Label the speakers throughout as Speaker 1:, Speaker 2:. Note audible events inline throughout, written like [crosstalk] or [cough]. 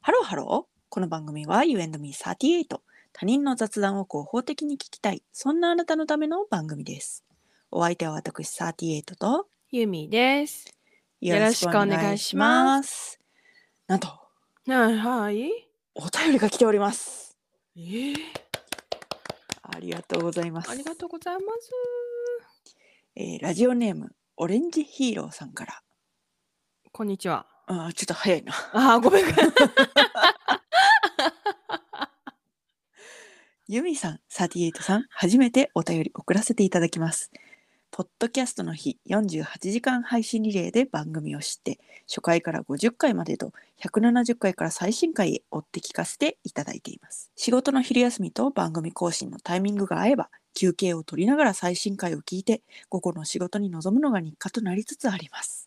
Speaker 1: ハローハロー。この番組は You and me38。他人の雑談を合法的に聞きたい。そんなあなたのための番組です。お相手は私38と
Speaker 2: ゆみです。よろしくお願いし
Speaker 1: よろしくお願いしま。
Speaker 2: ます
Speaker 1: なんと、
Speaker 2: はい。
Speaker 1: お便りが来ております。
Speaker 2: えー、
Speaker 1: ありがとうございます。
Speaker 2: ありがとうございます。
Speaker 1: えーラジオネーム、オレンジヒーローさんから。
Speaker 2: こんにちは。
Speaker 1: あーちょっと早いな。
Speaker 2: あー、ごめん。
Speaker 1: ユミさん、38さん、初めてお便り送らせていただきます。ポッドキャストの日48時間配信リレーで番組を知って、初回から50回までと170回から最新回へ追って聞かせていただいています。仕事の昼休みと番組更新のタイミングが合えば、休憩を取りながら最新回を聞いて、午後の仕事に臨むのが日課となりつつあります。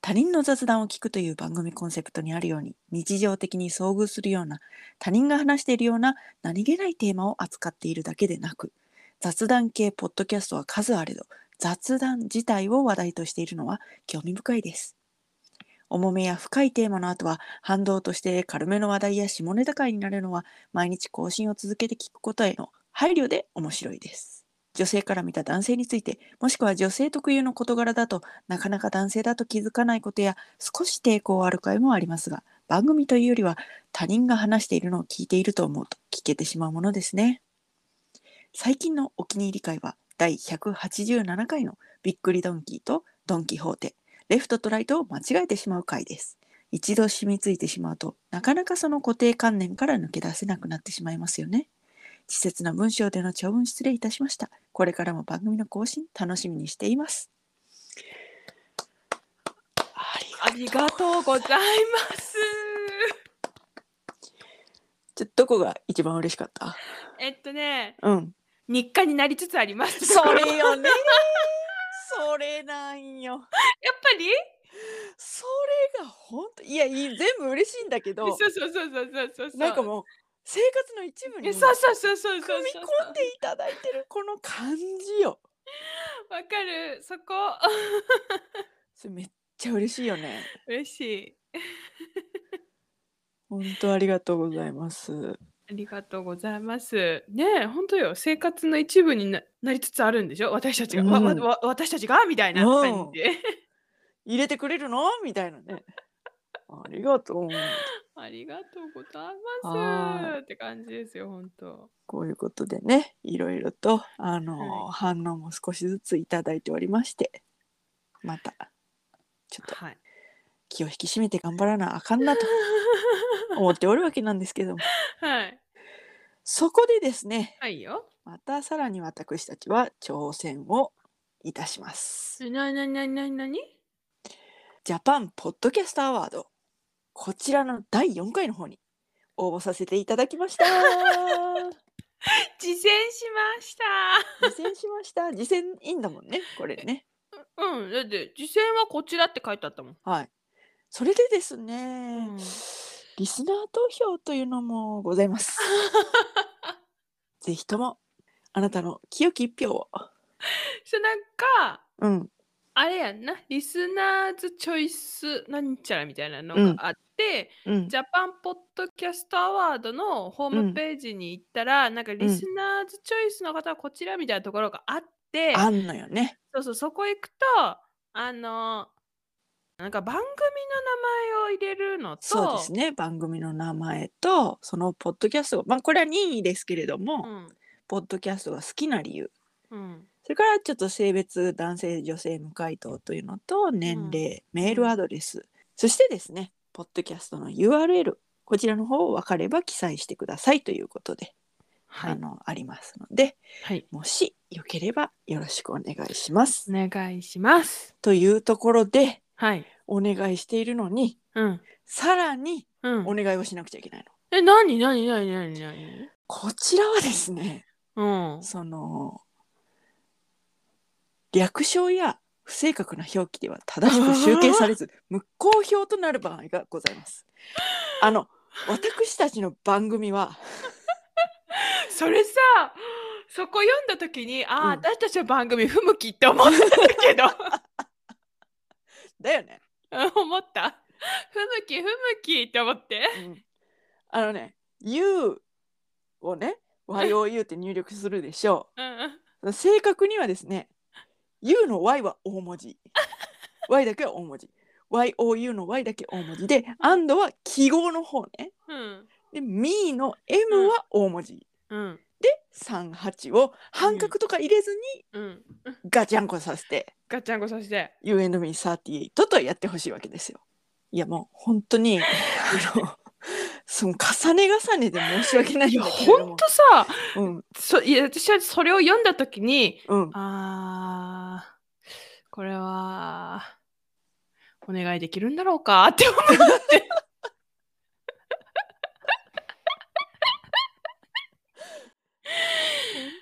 Speaker 1: 他人の雑談を聞くという番組コンセプトにあるように、日常的に遭遇するような、他人が話しているような何気ないテーマを扱っているだけでなく雑談系ポッドキャストは数あれど雑談自体を話題としているのは興味深いです重めや深いテーマの後は反動として軽めの話題や下ネタ会になるのは毎日更新を続けて聞くことへの配慮で面白いです女性から見た男性についてもしくは女性特有の事柄だとなかなか男性だと気づかないことや少し抵抗ある回もありますが番組というよりは他人が話しているのを聞いていると思うと聞けてしまうものですね。最近のお気に入り会は第187回のびっくりドンキーとドンキホーテ、レフトとライトを間違えてしまう回です。一度染みついてしまうとなかなかその固定観念から抜け出せなくなってしまいますよね。稚拙な文章での長文失礼いたしました。これからも番組の更新楽しみにしています。あり
Speaker 2: [laughs] ありがとうございます。
Speaker 1: ちょどこが一番嬉しかった
Speaker 2: えっとね、
Speaker 1: うん。
Speaker 2: 日課になりつつあります。
Speaker 1: そ
Speaker 2: やっ
Speaker 1: れよね。 [laughs] それなんよ。
Speaker 2: ぱり。
Speaker 1: それが本当いやいい全部嬉しいんだけ
Speaker 2: そう
Speaker 1: ど、
Speaker 2: そうそうそうそうそうそう。
Speaker 1: なんかもう生活の一部
Speaker 2: いや
Speaker 1: に
Speaker 2: そう
Speaker 1: 組
Speaker 2: そうそうそうそうそう。
Speaker 1: み込んでいただいてるこの感じよ。
Speaker 2: わかる。そこ。
Speaker 1: それめっちゃ嬉しいよね。
Speaker 2: 嬉しい。
Speaker 1: 本当ありがとうございます。
Speaker 2: ありがとうございます。ねえ、本当よ。生活の一部にななりつつあるんでしょ私たちが、わ
Speaker 1: うん
Speaker 2: わわ私たちがみたいな感じ。
Speaker 1: 入れてくれるのみたいなね。ありがとう。
Speaker 2: ありがとうござい
Speaker 1: は
Speaker 2: ますって感じですよ、本当。
Speaker 1: こういうことでね、いろいろとあの、
Speaker 2: は
Speaker 1: 反応も少しずついただいておりまして、またちょっと
Speaker 2: はい。
Speaker 1: 気を引き締めて頑張らなあかんなと思っておるわけなんですけども
Speaker 2: はい。
Speaker 1: そこでですね
Speaker 2: はいよ。
Speaker 1: またさらに私たちは挑戦をいたします
Speaker 2: なになになになになに
Speaker 1: ジャパンポッドキャストアワードこちらの第4回の方に応募させていただきました
Speaker 2: 自戦しました。
Speaker 1: 実践しました実践いいんだもんねこれね
Speaker 2: うん、だって、自戦はこちらって書いてあったもん。
Speaker 1: はいそれでですね、
Speaker 2: うん
Speaker 1: リスナー投票というのもございます [laughs] ぜひともあなたの清き一票を
Speaker 2: そう、なんか、
Speaker 1: うん
Speaker 2: あれやんな、リスナーズチョイスなんちゃらみたいなのがあって、
Speaker 1: うん
Speaker 2: ジャパンポッドキャストアワードのホームページに行ったら、なんかリスナーズチョイスの方はこちらみたいなところがあって、
Speaker 1: あんのよね
Speaker 2: そうそう、そこ行くと、あの、なんか番組の名前を入れるのと、
Speaker 1: そうですね番組の名前とそのポッドキャストがまあこれは任意ですけれども、ポッドキャストが好きな理由
Speaker 2: うん。うん。
Speaker 1: それからちょっと性別男性女性無回答というのと年齢、メールアドレスそしてですねポッドキャストの URL こちらの方を分かれば記載してくださいということで、あ
Speaker 2: はい。
Speaker 1: のありますので
Speaker 2: はい。
Speaker 1: もしよければよろしくお願いします。
Speaker 2: お願いします。
Speaker 1: というところで
Speaker 2: はい。
Speaker 1: お願いしているのに
Speaker 2: うん。
Speaker 1: さらに
Speaker 2: う
Speaker 1: お
Speaker 2: ん。
Speaker 1: 願いをしなくちゃいけないの。
Speaker 2: え、なになになになになに
Speaker 1: こちらはですね
Speaker 2: うん。
Speaker 1: [laughs] その略称や不正確な表記では正しく集計されず無効票となる場合がございます。あの私たちの番組は [laughs]
Speaker 2: それさ、そこ読んだときに、ああ、
Speaker 1: うん
Speaker 2: 私たちの番組不向きって思ったんだけど、
Speaker 1: だよね
Speaker 2: [laughs] うん思った。向き不向きって思って。
Speaker 1: うんあのね「You」をね「YOU」って入力するでしょ
Speaker 2: うん。
Speaker 1: う正確にはですね「U」の「Y」は大文字「Y」だけは大文字「YOU」の「Y」だけ大文字で「AND」は記号の方ね
Speaker 2: うん。
Speaker 1: で「Me」の「M」は大文字、
Speaker 2: うん。
Speaker 1: 38を半角とか入れずに
Speaker 2: うん。
Speaker 1: ガチャンコさせて
Speaker 2: ガッチャンコさせて。
Speaker 1: 「You and me38」とやってほしいわけですよ。いやもう本当
Speaker 2: [laughs]
Speaker 1: にあのその重ね重ねで申し訳ない
Speaker 2: い
Speaker 1: ん
Speaker 2: や、
Speaker 1: だけれど
Speaker 2: ほん
Speaker 1: も
Speaker 2: とさ、
Speaker 1: うん
Speaker 2: そいや私はそれを読んだときに、
Speaker 1: うん
Speaker 2: あー、これは、お願いできるんだろうかって思って。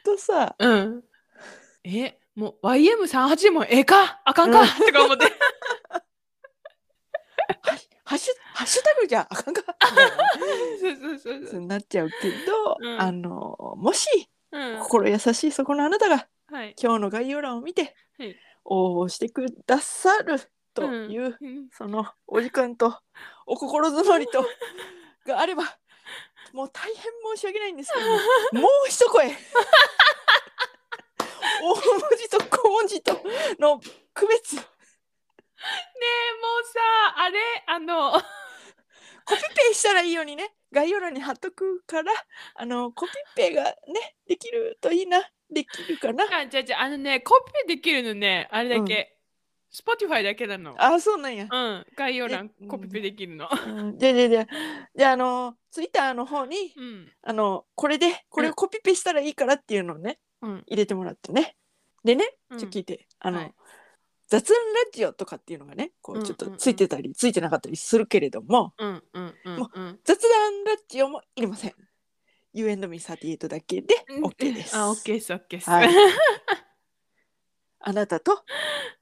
Speaker 1: とさ
Speaker 2: うん。え、もう YM38 もええかあかんか、
Speaker 1: うん
Speaker 2: とか
Speaker 1: [laughs]
Speaker 2: 思って。
Speaker 1: ハッシュ「ハッシュタグじゃあかんか」
Speaker 2: そうそうそう
Speaker 1: そ
Speaker 2: そうう。
Speaker 1: なっちゃうけど、
Speaker 2: うん
Speaker 1: あのもし
Speaker 2: うん。
Speaker 1: 心優しいそこのあなたが
Speaker 2: はい。
Speaker 1: 今日の概要欄を見て
Speaker 2: はい
Speaker 1: 応募してくださるという、
Speaker 2: うん
Speaker 1: そのお時間とお心づもりとがあればもう大変申し訳ないんですけどももう一声大文字と小文字との区別コ
Speaker 2: ねえもうさあれあの
Speaker 1: ピペしたらいいようにね概要欄に貼っとくからあのコピペがねできるといいなできるかな
Speaker 2: あじゃあじゃああのねコピーできるのねあれだけ、Spotify だけなの
Speaker 1: あそうなんや、
Speaker 2: うん概要欄
Speaker 1: え
Speaker 2: コピペできるの
Speaker 1: うん、じゃあじゃあじゃあじゃああのツイッターの方に
Speaker 2: うん
Speaker 1: あのこれでこれをコピペしたらいいからっていうのをね
Speaker 2: うん
Speaker 1: 入れてもらってねでね
Speaker 2: うん
Speaker 1: ちょっと聞いて、あの、
Speaker 2: はい
Speaker 1: 雑談ラジオとかっていうのがねこ
Speaker 2: うん
Speaker 1: うちょっと
Speaker 2: うん
Speaker 1: ついてたりついてなかったりするけれども、
Speaker 2: うんうんうん
Speaker 1: も
Speaker 2: うん
Speaker 1: 雑談ラジオもいりません You and me38 だけで
Speaker 2: うん
Speaker 1: OK です、
Speaker 2: あ OK です OK です、
Speaker 1: [laughs] はいあなたと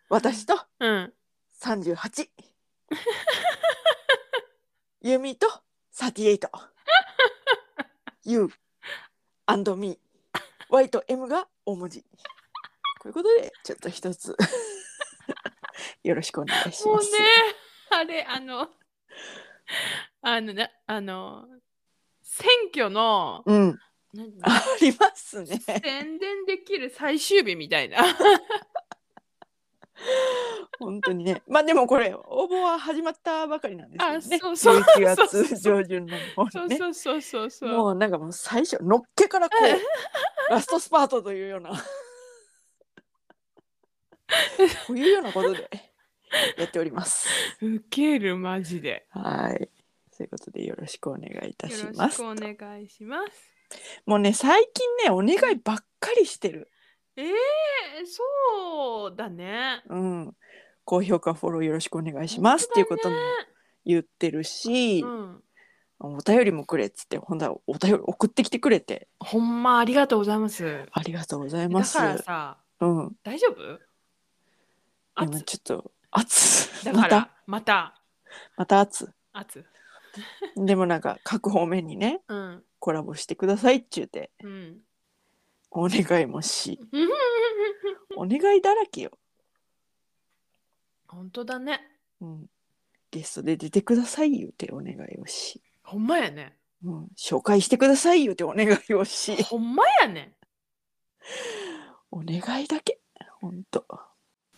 Speaker 1: 私と
Speaker 2: うん
Speaker 1: 38 [laughs] ユミと38
Speaker 2: [laughs]
Speaker 1: You and me Y と M が大文字こういうことでちょっと一つ [laughs] よろしくお願いします
Speaker 2: もうねあれあのあのねあの選挙の
Speaker 1: うん
Speaker 2: なんていうの
Speaker 1: ありますね。
Speaker 2: 宣伝できる最終日みたいな
Speaker 1: 本当にね。まあでもこれ応募は始まったばかりなんですよね。
Speaker 2: あそうそう
Speaker 1: 11
Speaker 2: そうそ
Speaker 1: 月
Speaker 2: う
Speaker 1: 上旬の方
Speaker 2: そ
Speaker 1: に
Speaker 2: う
Speaker 1: ね。
Speaker 2: そうそうそうそう
Speaker 1: もうなんかもう最初のっけからこうラストスパートという
Speaker 2: [laughs]
Speaker 1: ようなこういうようなことでやっております。
Speaker 2: ウケるマジで
Speaker 1: はい。そういうことでよろしくお願いいたし
Speaker 2: よろ
Speaker 1: ま
Speaker 2: し
Speaker 1: す
Speaker 2: く。お願いします
Speaker 1: もうね最近ねお願いばっかりしてる。
Speaker 2: ええそうだね。
Speaker 1: うん。高評価フォローよろしくお願いします、っていうことも言ってるし。
Speaker 2: うん。
Speaker 1: お便りもくれっつってほんだお便り送ってきてくれて
Speaker 2: ほんまありがとうございます。だ
Speaker 1: ありがとうございます。
Speaker 2: からさ、
Speaker 1: うん、
Speaker 2: 大丈夫
Speaker 1: 今
Speaker 2: 熱
Speaker 1: ちょっと熱
Speaker 2: だ
Speaker 1: ま
Speaker 2: から
Speaker 1: た、
Speaker 2: また、
Speaker 1: また熱
Speaker 2: 熱。
Speaker 1: でもなんか各方面にね
Speaker 2: うん。
Speaker 1: コラボしてくださいっちゅうて
Speaker 2: うん。
Speaker 1: お願いも
Speaker 2: [laughs]
Speaker 1: しお願いだらけよ、
Speaker 2: 本当だね。
Speaker 1: うん、ゲストで出てください言うてお願いをし、
Speaker 2: ほんまやね。
Speaker 1: うん、紹介してください言うてお願いをし
Speaker 2: ほんまやね。
Speaker 1: お願いだけほんと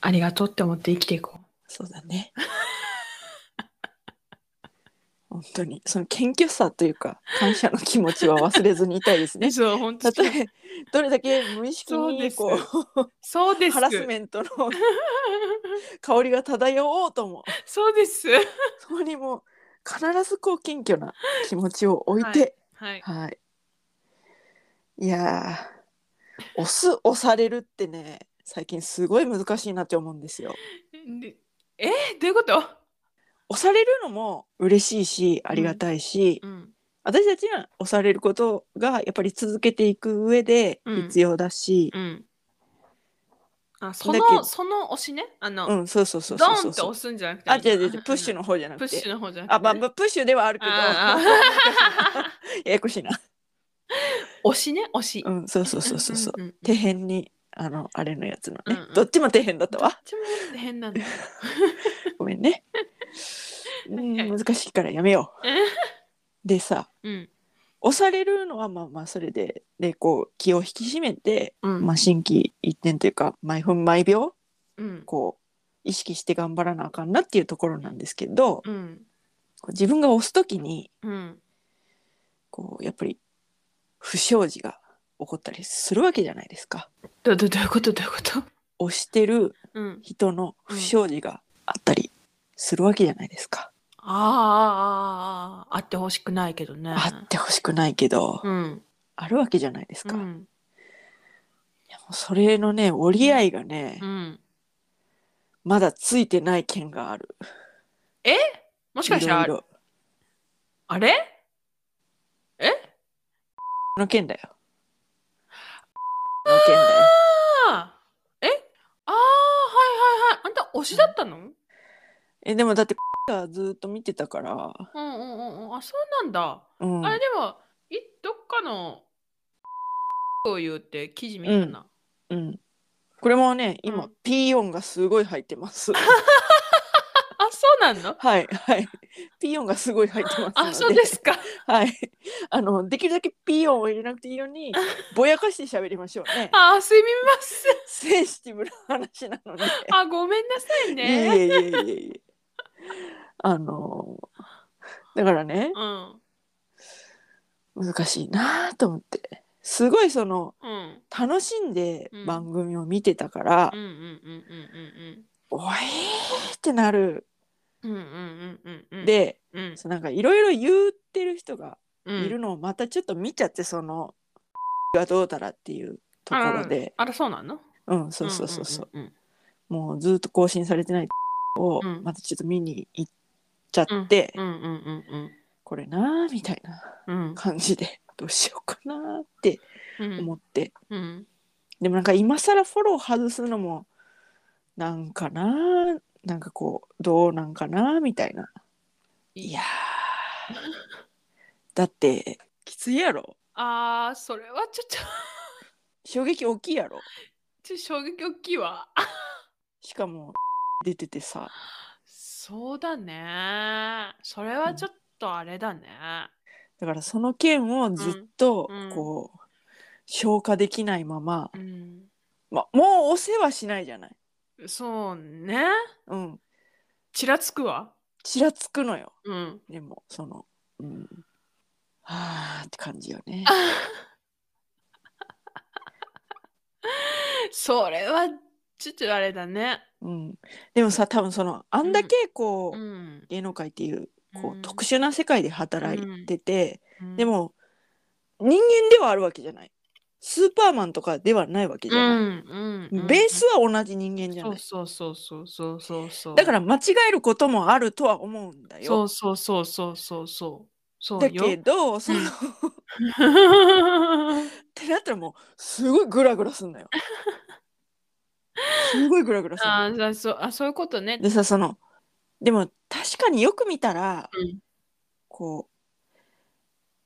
Speaker 2: ありがとうって思って生きていこ
Speaker 1: そうだ
Speaker 2: [laughs]
Speaker 1: ね本当にその謙虚さというか感謝の気持ちは忘れずにいたいです
Speaker 2: う。ね、
Speaker 1: ね
Speaker 2: [laughs] そう、本当
Speaker 1: たとえどれだけ無意識
Speaker 2: そうで
Speaker 1: に
Speaker 2: す
Speaker 1: こう
Speaker 2: そうです。
Speaker 1: ハラスメントの香りが漂おうとも
Speaker 2: [laughs] そうです。
Speaker 1: そこにも必ずこう謙虚な気持ちを置いて
Speaker 2: はい。
Speaker 1: はい、い、やー押す押されるってね最近すごい難しいなって思うんですよ
Speaker 2: でえどういうこと
Speaker 1: 押されるのも嬉しいしありがたいし、
Speaker 2: うん。
Speaker 1: 私たちが押されることがやっぱり続けていく上で
Speaker 2: うん
Speaker 1: 必要だし、
Speaker 2: うん。あ、そ
Speaker 1: だけど
Speaker 2: の、その推しね。あの、
Speaker 1: うんそうそうそう
Speaker 2: ド
Speaker 1: そうそ
Speaker 2: ーン
Speaker 1: う
Speaker 2: と
Speaker 1: そう
Speaker 2: 押すんじゃなくて。
Speaker 1: あ違う違う違うプッシュ
Speaker 2: の。
Speaker 1: の方じゃな
Speaker 2: プッ
Speaker 1: く
Speaker 2: シュ
Speaker 1: て
Speaker 2: の方じゃなくて。
Speaker 1: あ、まあ、まあプッシュではあるけど
Speaker 2: [laughs] あ
Speaker 1: [laughs] ややこしいな、
Speaker 2: 推しね、推し
Speaker 1: う。ん、そうそうそうそうそう
Speaker 2: うんうんうん
Speaker 1: 底辺にあのあれのやつのね、
Speaker 2: うんうん
Speaker 1: どっちも底辺だった
Speaker 2: どっ
Speaker 1: わ
Speaker 2: [laughs] ちも変なんだよ。
Speaker 1: ごめんねうん
Speaker 2: はい
Speaker 1: 難しいからやめよう
Speaker 2: え。 [laughs]
Speaker 1: でさ
Speaker 2: うん。
Speaker 1: 押されるのはまあまあそれででこう気を引き締めて、
Speaker 2: うん。
Speaker 1: まあ、心機一転というか毎分毎秒
Speaker 2: うん。
Speaker 1: こう意識して頑張らなあかんなっていうところなんですけど
Speaker 2: うん。
Speaker 1: こう自分が押す時に
Speaker 2: うん。
Speaker 1: こうやっぱり不祥事が起こったりするわけじゃないですか。
Speaker 2: ど、 [laughs] ど、どういうことどういうこと
Speaker 1: 押してる
Speaker 2: うん。
Speaker 1: 人の不祥事があったりするわけじゃないですか。
Speaker 2: あーあー、あーあーあってほしくないけどね。
Speaker 1: あってほしくないけど、
Speaker 2: うん。
Speaker 1: あるわけじゃないです
Speaker 2: う
Speaker 1: か。
Speaker 2: ん。
Speaker 1: いやもうそれのね折り合いがね、
Speaker 2: うん。
Speaker 1: まだついてない件がある。
Speaker 2: もしかし
Speaker 1: いろ
Speaker 2: たら、
Speaker 1: いろ
Speaker 2: あれ
Speaker 1: の件だよ。の件だよ。
Speaker 2: あーえああ、はいはいはい。あんた推しだったの、
Speaker 1: えでもだってがずっと見てたから。
Speaker 2: うんうんうんうん、あそうなんだ。
Speaker 1: うん。
Speaker 2: あれでもいどっかのを言うって記事見たな。
Speaker 1: うん。これもね
Speaker 2: う
Speaker 1: 今
Speaker 2: ん
Speaker 1: ピー音がすごい入って
Speaker 2: [laughs]
Speaker 1: ます。
Speaker 2: あそうなんの
Speaker 1: はいはい。ピー音がすごい入ってますので。
Speaker 2: あそうですか。。
Speaker 1: はい。あのできるだけピー音を入れなくていいようにぼやかして喋りましょうね
Speaker 2: あすみません。
Speaker 1: センシティブな話なので。
Speaker 2: あごめんなさい
Speaker 1: い
Speaker 2: ね。
Speaker 1: えいえいえいえいえ。あのだからね
Speaker 2: うん
Speaker 1: 難しいなと思ってすごいその
Speaker 2: うん
Speaker 1: 楽しんで
Speaker 2: うん
Speaker 1: 番組を見てたから
Speaker 2: うんうんう、んうん
Speaker 1: おえーってなる、
Speaker 2: うんうんうんうんうんうん。、
Speaker 1: で
Speaker 2: うん
Speaker 1: そうなんかいろいろ言ってる人が
Speaker 2: う
Speaker 1: い
Speaker 2: ん、
Speaker 1: るのをまたちょっと見ちゃってその、がどうたらっていうところで、
Speaker 2: あらそうなの
Speaker 1: うんそうそうそうそう,、。
Speaker 2: うんうん
Speaker 1: もうずっと更新されてないを
Speaker 2: うん
Speaker 1: またちょっと見に行っちゃ
Speaker 2: うん
Speaker 1: って、
Speaker 2: うんうんうん
Speaker 1: これなーみたいな
Speaker 2: うん
Speaker 1: 感じでどうしようかなーって
Speaker 2: うん
Speaker 1: 思って、
Speaker 2: うん。
Speaker 1: でもなんか今更フォロー外すのもなんかななんかこうどうなんかなみたいないやーだってきついやろ
Speaker 2: あーそれはちょっと
Speaker 1: 衝撃大きいやろ
Speaker 2: ちょっと衝撃大きいわ。
Speaker 1: しかも出ててさ
Speaker 2: そうだね。それはちょっとあれだね。
Speaker 1: だからその件をずっと
Speaker 2: うんうん
Speaker 1: こう、消化できないまま、
Speaker 2: うん。
Speaker 1: ま、もうお世話しないじゃない
Speaker 2: そうね。
Speaker 1: うん
Speaker 2: ちらつくわ。
Speaker 1: ちらつくのよ
Speaker 2: うん。
Speaker 1: でもそのうんはあって感じよね
Speaker 2: それはちょっとあれだね。
Speaker 1: うん、でもさ多分そのあんだけこう、
Speaker 2: うん。
Speaker 1: 芸能界っていうこう、
Speaker 2: うん
Speaker 1: 特殊な世界で働いてて、
Speaker 2: うん
Speaker 1: で、も人間ではあるわけじゃないスーパーマンとかではないわけじ
Speaker 2: う
Speaker 1: ゃな
Speaker 2: ん
Speaker 1: い、
Speaker 2: うんうん。
Speaker 1: ベースは同じ人間じゃ
Speaker 2: そ
Speaker 1: な
Speaker 2: う
Speaker 1: い
Speaker 2: そうそうそうそうそうそう。
Speaker 1: だから間違えることもあるとは思うんだ
Speaker 2: そ
Speaker 1: よ
Speaker 2: うそうそうそうそうそう。そう
Speaker 1: だ
Speaker 2: よ。
Speaker 1: けどその、
Speaker 2: うん
Speaker 1: ってなったらもうすごいグラグラすん
Speaker 2: [laughs]
Speaker 1: だよすごいグラグラすんの
Speaker 2: [laughs] あーそうあそういうことね。
Speaker 1: でさそのでも確かによく見たら、
Speaker 2: うん
Speaker 1: こ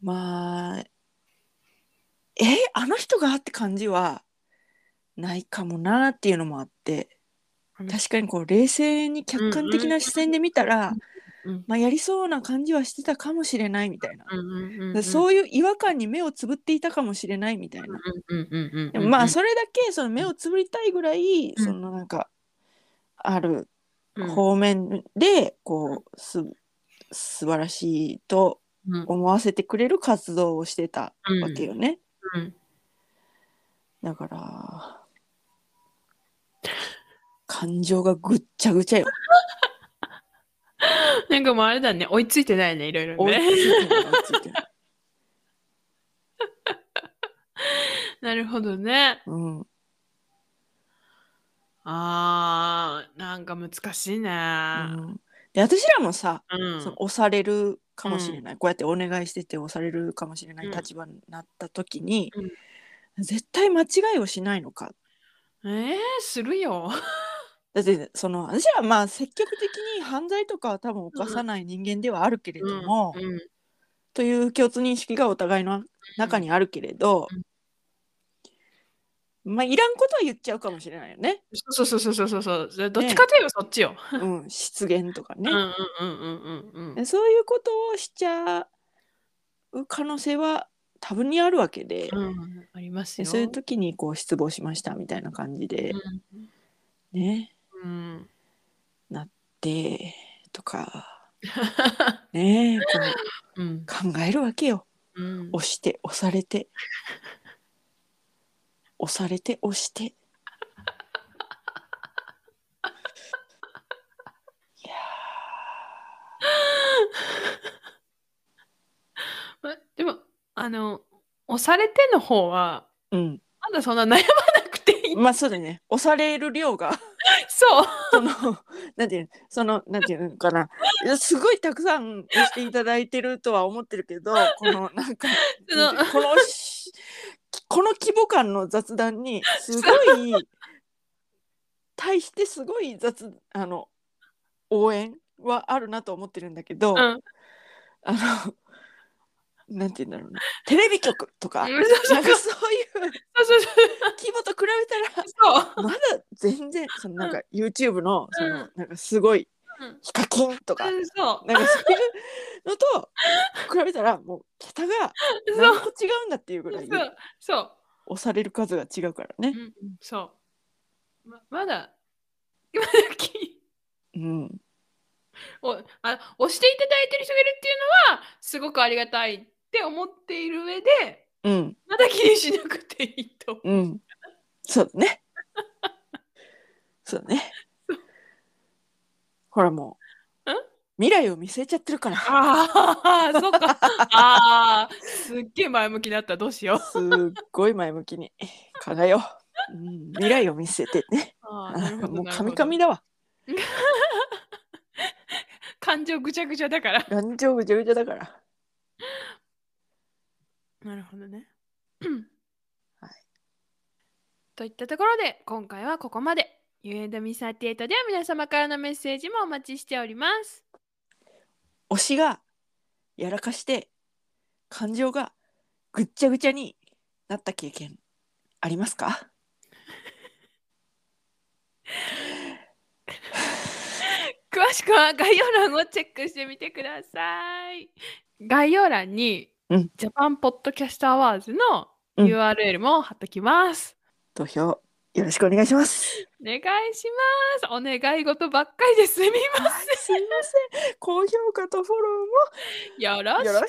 Speaker 1: うまあえあの人がって感じはないかもなっていうのもあって
Speaker 2: うん
Speaker 1: 確かにこう冷静に客観的な視線で見たら、
Speaker 2: うん
Speaker 1: まあ、やりそうな感じはしてたかもしれないみたいな、
Speaker 2: うんうんうんう
Speaker 1: で
Speaker 2: ん。
Speaker 1: そういう違和感に目をつぶっていたかもしれないみたいな、
Speaker 2: うんうんうんうん
Speaker 1: で
Speaker 2: うん
Speaker 1: もまあそれだけその目をつぶりたいぐらい、
Speaker 2: うん
Speaker 1: そのなんかある
Speaker 2: うん
Speaker 1: 方面でこうす素晴らしいと
Speaker 2: うん
Speaker 1: 思わせてくれる活動をしてた
Speaker 2: うん
Speaker 1: わけよね、
Speaker 2: うん
Speaker 1: だから感情がぐっちゃぐちゃよ
Speaker 2: なんかもうあれだね、追いついてないね、いろいろ
Speaker 1: 追いつ
Speaker 2: ね。
Speaker 1: いてない追いついてない
Speaker 2: なるほどね。
Speaker 1: うん
Speaker 2: [laughs] あー、なんか難しいね。
Speaker 1: うんで私らもさ、
Speaker 2: うん。
Speaker 1: その押されるかもしれない、こうやってお願いしてて押されるかもしれない立場になった時に、
Speaker 2: うん
Speaker 1: 絶対間違いをしないのか
Speaker 2: えー、するよ。
Speaker 1: だってその私はまあ積極的に犯罪とかは多分犯さない人間ではあるけれども、
Speaker 2: うん
Speaker 1: という共通認識がお互いの中にあるけれど、
Speaker 2: うん
Speaker 1: まあいらんことは言っちゃうかもしれないよ
Speaker 2: [laughs]
Speaker 1: ね。
Speaker 2: そうそうそうそうそうそうそう。どっちかといえばそっちよ。
Speaker 1: うん、失言とかね、
Speaker 2: うんうんうんうんうんう
Speaker 1: で
Speaker 2: ん。
Speaker 1: そういうことをしちゃう可能性は多分にあるわけで、
Speaker 2: うん、あります
Speaker 1: で
Speaker 2: よ。
Speaker 1: そういう時にこう失望しましたみたいな感じで、ね
Speaker 2: うんうん、
Speaker 1: でと
Speaker 2: [laughs]
Speaker 1: かねこう
Speaker 2: うん
Speaker 1: 考えるわけよ
Speaker 2: うん、
Speaker 1: 押して押されて押されて押していや
Speaker 2: までもあの押されての方は
Speaker 1: ーうん
Speaker 2: まだそんな悩まなくていい。
Speaker 1: まあそうだね押される量が
Speaker 2: そう。
Speaker 1: その [laughs] なんていうのそのなんていうのかないやすごいたくさん押していただいてるとは思ってるけどこのなんか
Speaker 2: [laughs] その
Speaker 1: このし [laughs] この規模感の雑談にすごい対してすごい雑あの応援はあるなと思ってるんだけど、
Speaker 2: うん
Speaker 1: あのなんて言うんだろうなテレビ局とか
Speaker 2: [laughs] う
Speaker 1: なん
Speaker 2: んそうそう
Speaker 1: かそういう
Speaker 2: そうそうそう
Speaker 1: 規模と比べたら
Speaker 2: そう。
Speaker 1: まだ全然そのなんか YouTube のその
Speaker 2: う
Speaker 1: なんかすごい
Speaker 2: うん
Speaker 1: ヒカキンとか
Speaker 2: うんそう。
Speaker 1: なんかそういうのと比べたらもう桁が
Speaker 2: そう
Speaker 1: 何個違うんだっていうぐらい
Speaker 2: そう。そう。
Speaker 1: 押される数が違うから
Speaker 2: う
Speaker 1: ね。
Speaker 2: んうん、そう。ままだ、 [laughs] 今だき
Speaker 1: うん、
Speaker 2: おあ押していただいてる人がいるっていうのは、すごくありがたいって思っている上で、
Speaker 1: うん、
Speaker 2: まだ気にしなくていいと。
Speaker 1: うん。そうだね。そうだね。ほらもう
Speaker 2: うん
Speaker 1: 未来を見据えちゃってるから。
Speaker 2: ああ、そうか。ああ、すっげえ前向きだった。どうしよう。
Speaker 1: すっごい前向きに考えよう。うん、未来を見据えてね。
Speaker 2: あーなるほど
Speaker 1: [laughs] もう
Speaker 2: なる
Speaker 1: カ
Speaker 2: ほど
Speaker 1: ミカミだわ。
Speaker 2: 感情ぐちゃぐちゃだから。
Speaker 1: 感情ぐちゃぐちゃだから。
Speaker 2: なるほどね。
Speaker 1: はい
Speaker 2: といったところで今回はここまで。ゆえどみ38では皆様からのメッセージもお待ちしております。
Speaker 1: 推しがやらかして感情がぐっちゃぐちゃになった経験ありますか
Speaker 2: 詳しくは概要欄をチェックしてみてください。概要欄に、
Speaker 1: うん
Speaker 2: ジャパンポッドキャストアワーズの
Speaker 1: うん
Speaker 2: URL も貼っときます。
Speaker 1: 投票よろしくお願いします。
Speaker 2: お願いします。お願い事ばっかりですみませ
Speaker 1: すいません。高評価とフォローも
Speaker 2: ん。よろしく
Speaker 1: よ
Speaker 2: お
Speaker 1: ろ
Speaker 2: 願
Speaker 1: しく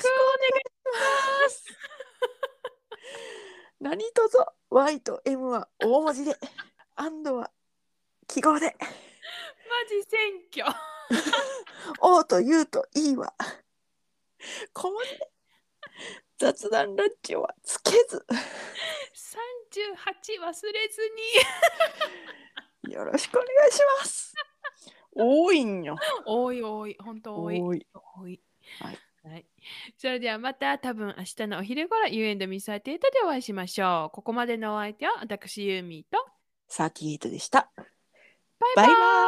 Speaker 1: 何とぞ Y と M は大文字で、アンドは記号で、
Speaker 2: いします。マジ選挙。
Speaker 1: O と U と E は小文字で、雑談ラジオはつけず、
Speaker 2: 38忘れずに。
Speaker 1: よろしくお願いします。多いんよ。
Speaker 2: 多い多い本当多い
Speaker 1: 多い
Speaker 2: 多い
Speaker 1: はい、
Speaker 2: はい、それではまた多分明日のお昼頃 You and Miss データでお会いしましょうここまでのお相手は私ユーミーと
Speaker 1: 38でした。
Speaker 2: バイバ
Speaker 1: バイバイ